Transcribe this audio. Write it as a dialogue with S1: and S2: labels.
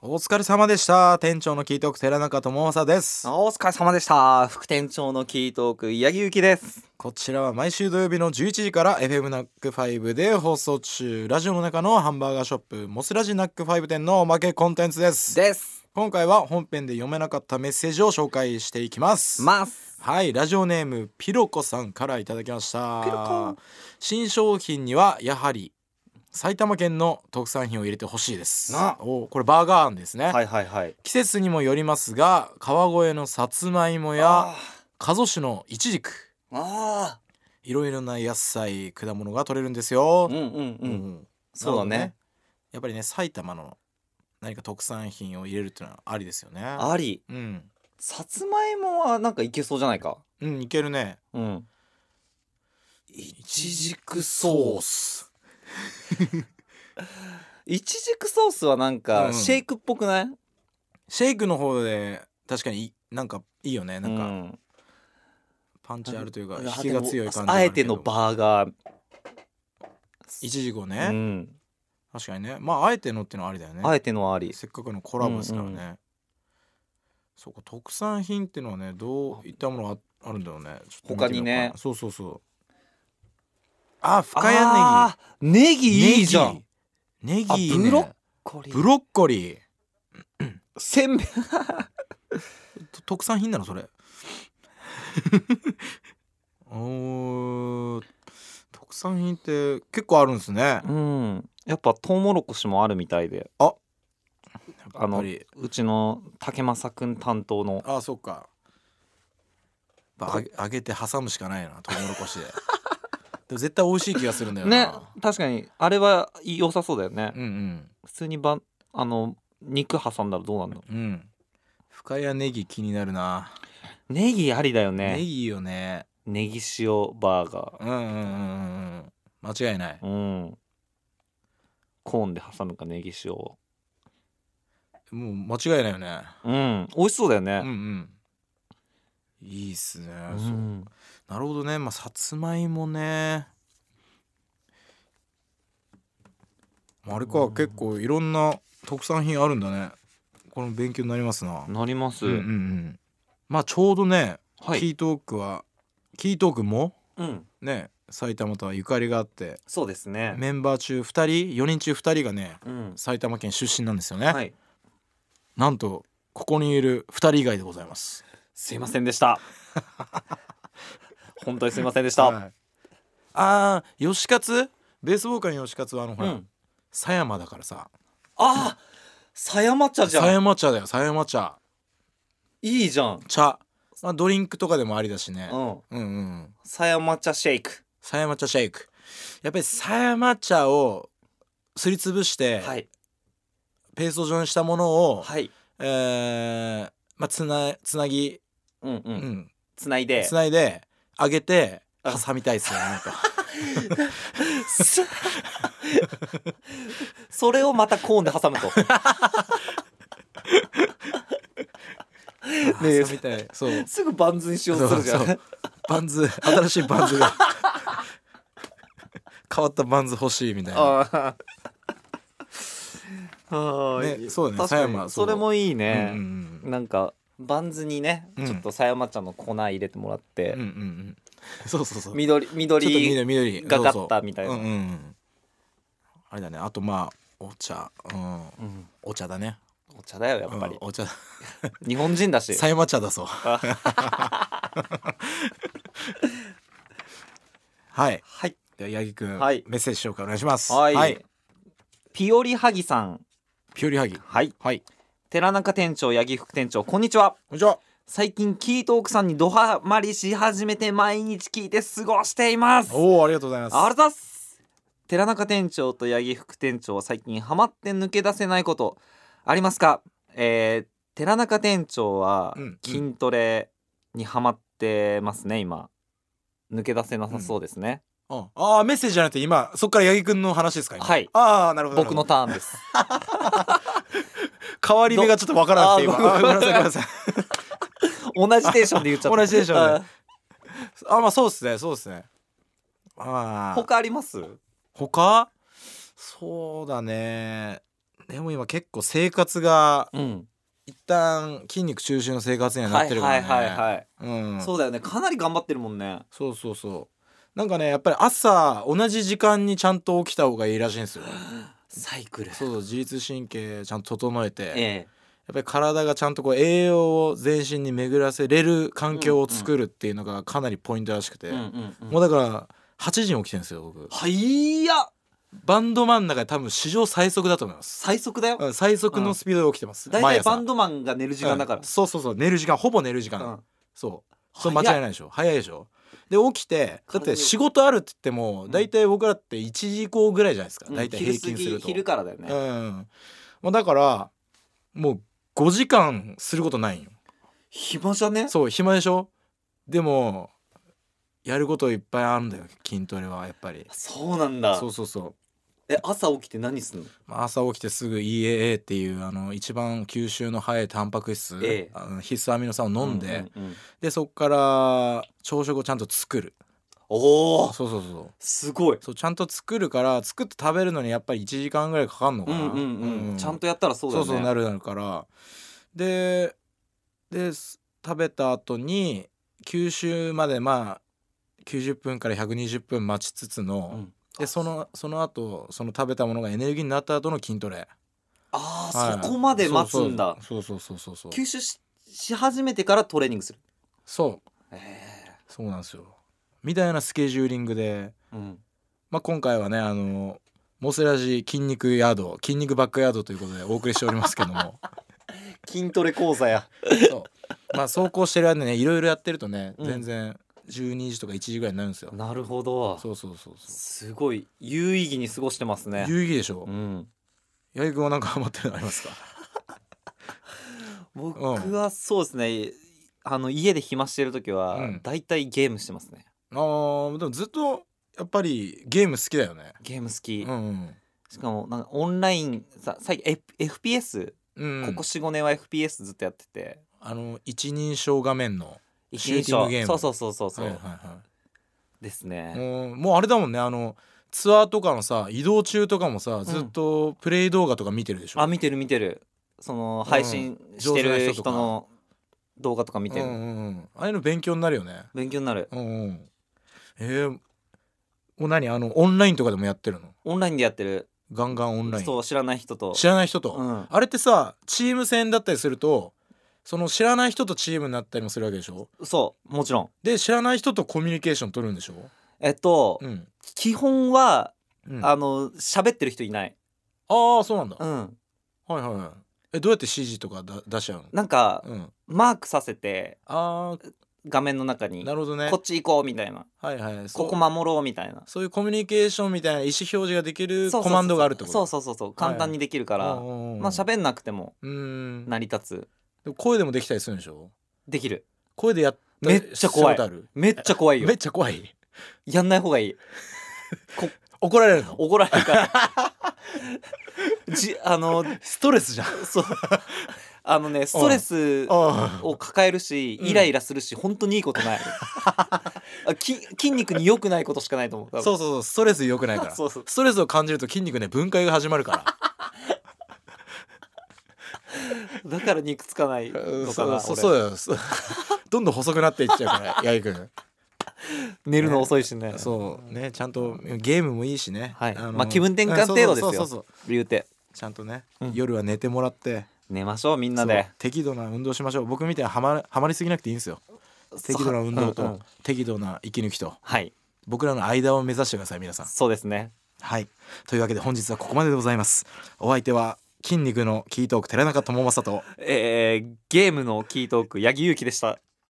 S1: お疲れ様でした店長のキートーク寺中智正です
S2: お疲れ様でした副店長のキートーク八木由紀です
S1: こちらは毎週土曜日の11時から FM ナック5で放送中ラジオの中のハンバーガーショップモスラジナック5店のおまけコンテンツです
S2: です
S1: 今回は本編で読めなかったメッセージを紹介していきます
S2: ます
S1: はいラジオネームピロコさんからいただきました
S2: ピロコ
S1: 新商品にはやはり埼玉県の特産品を入れてほしいです
S2: な
S1: おこれバーガーあんですね、
S2: いはいはい
S1: 季節にもよりますが川越のさつまいもや加須市のいちじく
S2: あ
S1: いろいろな野菜果物が取れるんです
S2: ー
S1: よ
S2: うん、うんう
S1: うんん
S2: そうだね
S1: なるほどやっぱりね埼玉の何か特産品を入れるっていうのはありですよね
S2: あり
S1: うん
S2: さつまいもはなんかいけそうじゃないか
S1: うんいけるね
S2: うんいちじくソース
S1: ス
S2: いちじくソースはなん
S1: う
S2: か
S1: ん
S2: シェイクっぽくない、
S1: シェイクの方で確かにいなんかいいよねなん
S2: う
S1: かパンチあるというか
S2: う
S1: 引
S2: わ
S1: きが強い感じが
S2: でもあえての
S1: るけど
S2: バーガー
S1: いちじくを
S2: う
S1: ね
S2: ん、
S1: 確かにねまああえてのっていうのはありだよね
S2: あえてのあり
S1: せっかくのコラボですからね、
S2: うんう
S1: そうか特産品っていうのはねどういったものがああるんだろうねちょっと見てみようかな
S2: 他にね
S1: そうそうそうあ深谷
S2: あーネギ
S1: ネギ
S2: ネギいいじゃん
S1: ネギいい
S2: あ
S1: ね
S2: ブロッコリー
S1: ブロッコリー
S2: せんべい
S1: と特産品なのそれ おー特産品って結構あるんですねや
S2: うんやっぱトウモロコシもあるみたいで
S1: っぱり
S2: うちの竹正くん担当の
S1: ああそっかやっぱ揚げ揚げて挟むしかないなトウモロコシで でも絶対美味しい気がするんだよな
S2: ね確かにあれは良さそうだよね、
S1: うんうん
S2: 普通にばあの肉挟んだらどうなんだろ
S1: うん深谷ネギ気になるな、
S2: うネギありだよ
S1: ネギ
S2: ね
S1: いいよね
S2: ネギ塩バーガ
S1: うんうんうんうんうん間違いない
S2: ーうんコーンで挟むかネギ塩を
S1: もう間違いないよね
S2: うん美味しそうだよ
S1: うんう
S2: ね、
S1: んいいっすね、
S2: う
S1: そうんなるほどねまあさつまいもねあれか
S2: うん
S1: 結構いろんな特産品あるんだねこの勉強になりますな
S2: なります、
S1: うんうんうんまあちょうどね、
S2: は
S1: キ
S2: い、
S1: ートークはキートークも
S2: うん、
S1: ね埼玉とはゆかりがあって
S2: そうですね
S1: メンバー中2人4人中2人がね
S2: うん
S1: 埼玉県出身なんですよね、
S2: はい
S1: なんとここにいる2人以外でございます
S2: すいませんでした 本当にすいませんでした、
S1: はい、あー吉勝ベースボーカルの吉勝はあのほ
S2: う
S1: ら、
S2: ん
S1: 狭山だからさ
S2: あ狭山茶じ
S1: 狭
S2: ゃん
S1: 山茶だよ狭山茶
S2: いいじゃん
S1: 茶、まあ、ドリンクとかでもありだしね、
S2: うん
S1: うん、うんうん
S2: 狭山茶シェイク
S1: 狭山茶シェイクやっぱり狭山茶をすりつぶして、
S2: はい
S1: ペースト状にしたものを、
S2: はい
S1: えーまあ、つなつなぎ、
S2: うんう
S1: うんん、
S2: つないで
S1: つないで上げて
S2: あ
S1: 挟みたいっすよねなんか
S2: す それをまたコーンで 挟むと ねえ
S1: 挟みたいそう
S2: すぐバンズにしようとするじゃん
S1: そうそうバンズ新しいバンズが変わったバンズ欲しいみたいな
S2: あ あ
S1: ねそうだね狭
S2: 確か
S1: 山
S2: に
S1: そう
S2: それもいいね、
S1: うんうん
S2: なんかバンズにね、
S1: うん
S2: ちょっと狭山茶の粉入れてもらっ
S1: う
S2: て、
S1: んうんうん そうそうそうちょっ
S2: 緑
S1: と緑
S2: 緑
S1: 緑
S2: がかった
S1: そうそう
S2: みたいな
S1: うんうんうんあれだねあとまあお茶うん
S2: うん
S1: お茶だね
S2: お茶だよやっぱり
S1: うん、お茶
S2: 日本人だし
S1: 狭山茶だそう
S2: あ
S1: はい
S2: はい
S1: では八木くん、
S2: はい
S1: メッセージ紹介お願いします
S2: はい、ピオリハギさん
S1: ピオリハギ
S2: はい
S1: はい
S2: 寺中店長八木副店長こんにちは
S1: こんにちは
S2: 最近キートークさんにドハマりし始めて毎日聞いて過ごしています
S1: おおありがとうございます
S2: ありがとうございます寺中店長と八木副店長は最近ハマって抜け出せないことありますかえー、寺中店長は
S1: うんうん
S2: 筋トレにハマってますね今抜け出せなさそうですね、
S1: うんああメッセージじゃなくて今そっから八木くんの話ですか今
S2: はい
S1: ああなるほどなるほ
S2: 僕の
S1: ど
S2: ターンです
S1: 変わり目がちょっとわからなくて今
S2: ど
S1: あーごめんなさいごめんなさい
S2: 同じテンションで言っちゃった
S1: 同じテンションで
S2: あ
S1: あまあそうですねそうですねああ
S2: 他あります
S1: 他そうだねでも今結構生活が
S2: うん、
S1: 一旦筋肉中心の生活にはな
S2: は
S1: って
S2: い
S1: るか
S2: は
S1: ら
S2: い
S1: ね、
S2: はいはい、
S1: うん、
S2: そうだよねかなり頑張ってるもんね
S1: そうそうそうなんかねやっぱり朝同じ時間にちゃんと起きた方がいいらしいんですよ
S2: サイクル
S1: そうそう自律神経ちゃんと整えて、やっ
S2: ええ
S1: ぱり体がちゃんとこう栄養を全身に巡らせれる環境を作るっていうのがかなりポイントらしくて、
S2: うんうんうん
S1: もうだから8時に起きてるんですよ僕
S2: はいや
S1: バンドマンの中で多分史上最速だと思います
S2: 最速だよ
S1: うん最速のスピードで起きてます、
S2: 大
S1: 毎
S2: 体
S1: 朝
S2: バンドマンが寝る時間だから
S1: うん、そうそうそう寝る時間ほぼ寝る時間、
S2: うん
S1: そうそう間違いないでしょ早いでしょで起きてだっ
S2: 軽
S1: て
S2: い
S1: 仕事あるって言っても
S2: ん
S1: 大体僕らって1時以降ぐらいじゃないですか
S2: うん
S1: 大体平均す
S2: 昼
S1: る
S2: 過
S1: と、
S2: ぎ昼からだよね、
S1: うんもうだからもう5時間することないんよ
S2: 暇じゃね
S1: そう暇でしょでもやることいっぱいあるんだよ筋トレはやっぱり
S2: そうなんだ
S1: そうそうそう
S2: え朝起きて何すんの
S1: まあ朝起きてすぐ EAA っていうあの一番吸収の早いタンパク質、
S2: ええ
S1: あの必須アミノ酸を飲んで、
S2: ううんうん
S1: でそこから朝食をちゃんと作る
S2: おお
S1: そうそうそう
S2: すごい
S1: そうちゃんと作るから作って食べるのにやっぱり1時間ぐらいかかんのか
S2: う
S1: な、
S2: んうんうん、ちゃんとやったら
S1: そう
S2: そ
S1: う
S2: だ
S1: そ
S2: よ
S1: う
S2: ね
S1: なるなるからでです食べた後に吸収までまあ90分から120分待ちつつの、
S2: うん
S1: でそのその後その食べたものがエネルギーになった後の筋トレ、
S2: あー、
S1: はい
S2: そこまで待つんだ
S1: そうそうそうそうそうそう
S2: 吸収しし始めてからトレーニングする
S1: そう
S2: え
S1: そうなんですよみたいなスケジューリングで
S2: えうん
S1: まあ、今回はねあのモセラジ筋肉ヤード筋肉バックヤードということでお送りしておりますけど も
S2: 筋トレ講座や
S1: そうまあ走行してる間ねいろいろやってるとね、
S2: うん
S1: 全然12時とか1時ぐらいになるんですよ
S2: なるほど
S1: そうそうそうそ
S2: すごい有意義に過ごしてます
S1: う
S2: ね
S1: 有意義でしょ
S2: うん
S1: 八木君はなんかハマってるのありますか
S2: 僕はそうですねあの家で暇してる時は
S1: うん
S2: だいたいゲームしてますね
S1: あーでもずっとやっぱりゲーム好きだよね
S2: ゲーム好き、
S1: うんうん
S2: しかもなんかオンラインさ最近 F FPS
S1: うん
S2: ここ45年は FPS ずっとやってて
S1: あの一人称画面のシ
S2: 一
S1: ューティン
S2: 人
S1: グ
S2: 称
S1: ゲーム
S2: そうそうそうそうそう、
S1: はいは
S2: です
S1: いはい、
S2: ね、
S1: もうもうあれだもんねあのツアーとかのさ移動中とかもさずっとプレイ動画とか見てるでしょ、
S2: あ見てる見てるその配信して
S1: 上手な
S2: る
S1: 人とか
S2: 人の動画とか見てる、
S1: うんうんうん、ああいうの勉強になるよね
S2: 勉強になる
S1: うんうんえー、もう何あのオンラインとかでもやってるの
S2: オンラインでやってる
S1: ガンガンオンライン
S2: そう知らない人と
S1: 知らない人と、
S2: うん
S1: あれってさチーム戦だったりするとその知らない人とチームになったりもするわけでしょ
S2: そうもちろん
S1: で知らない人とコミュニケーション取るんでしょ
S2: えっと、
S1: うん、
S2: 基本は
S1: うん、
S2: あ
S1: あ
S2: の喋ってる人いない
S1: あーそうなんだ、
S2: うん
S1: はいはいはいえどうやって指示とかだ出しちゃうの
S2: なんか
S1: うん
S2: マークさせて
S1: あ
S2: 画面の中に
S1: ーなるほどね
S2: こっち行こうみたいな
S1: はいはいそう
S2: ここ守ろうみたいな
S1: そういうコミュニケーションみたいな意思表示ができる
S2: そうそうそう
S1: コマンドがあるってこと
S2: そうそうそうそう簡単にできるから、
S1: ま
S2: まあ喋んなくても
S1: うーん
S2: 成り立つ
S1: でも声でもできたりするんでしょ
S2: できる
S1: 声でやっ
S2: めっちゃ怖い
S1: したことある
S2: めっちゃ怖いよ
S1: めっちゃ怖い
S2: やんない方がいい
S1: 怒られるの
S2: 怒られるからじあの
S1: ストレスじゃん
S2: そうあのねストレス
S1: あ
S2: を抱えるし
S1: うん
S2: イライラするし、本当にいいこと ないあき筋肉に良くないことしかないと思う多
S1: あ
S2: 分
S1: そうそうそうストレス良くないから
S2: そうそう
S1: ストレスを感じると筋肉ね分解が始まるから
S2: だから肉つか ないのか
S1: そ
S2: な
S1: うそう
S2: 俺
S1: そうだよそう どんどん細くなっていっちゃう から八重君
S2: 寝るの遅いしね
S1: そうねちゃんとゲームもいいしね
S2: はい
S1: の
S2: まあ気分転換程度です
S1: そ
S2: よ
S1: うそうそうそう
S2: 言うて
S1: ちゃんとね
S2: うん
S1: 夜は寝てもらって
S2: 寝ましょうみんなで
S1: そう適度な運動しましょう僕みたいにはまはまりすぎなくていいんですよ適度な運動
S2: うんうん
S1: と適度な息抜きと
S2: はい
S1: 僕らの間を目指してください皆さん
S2: そうですね
S1: はいというわけで本日はここまででございますお相手は筋肉のキートーク寺中智正と
S2: えー、ゲームのキートーク八木勇樹でした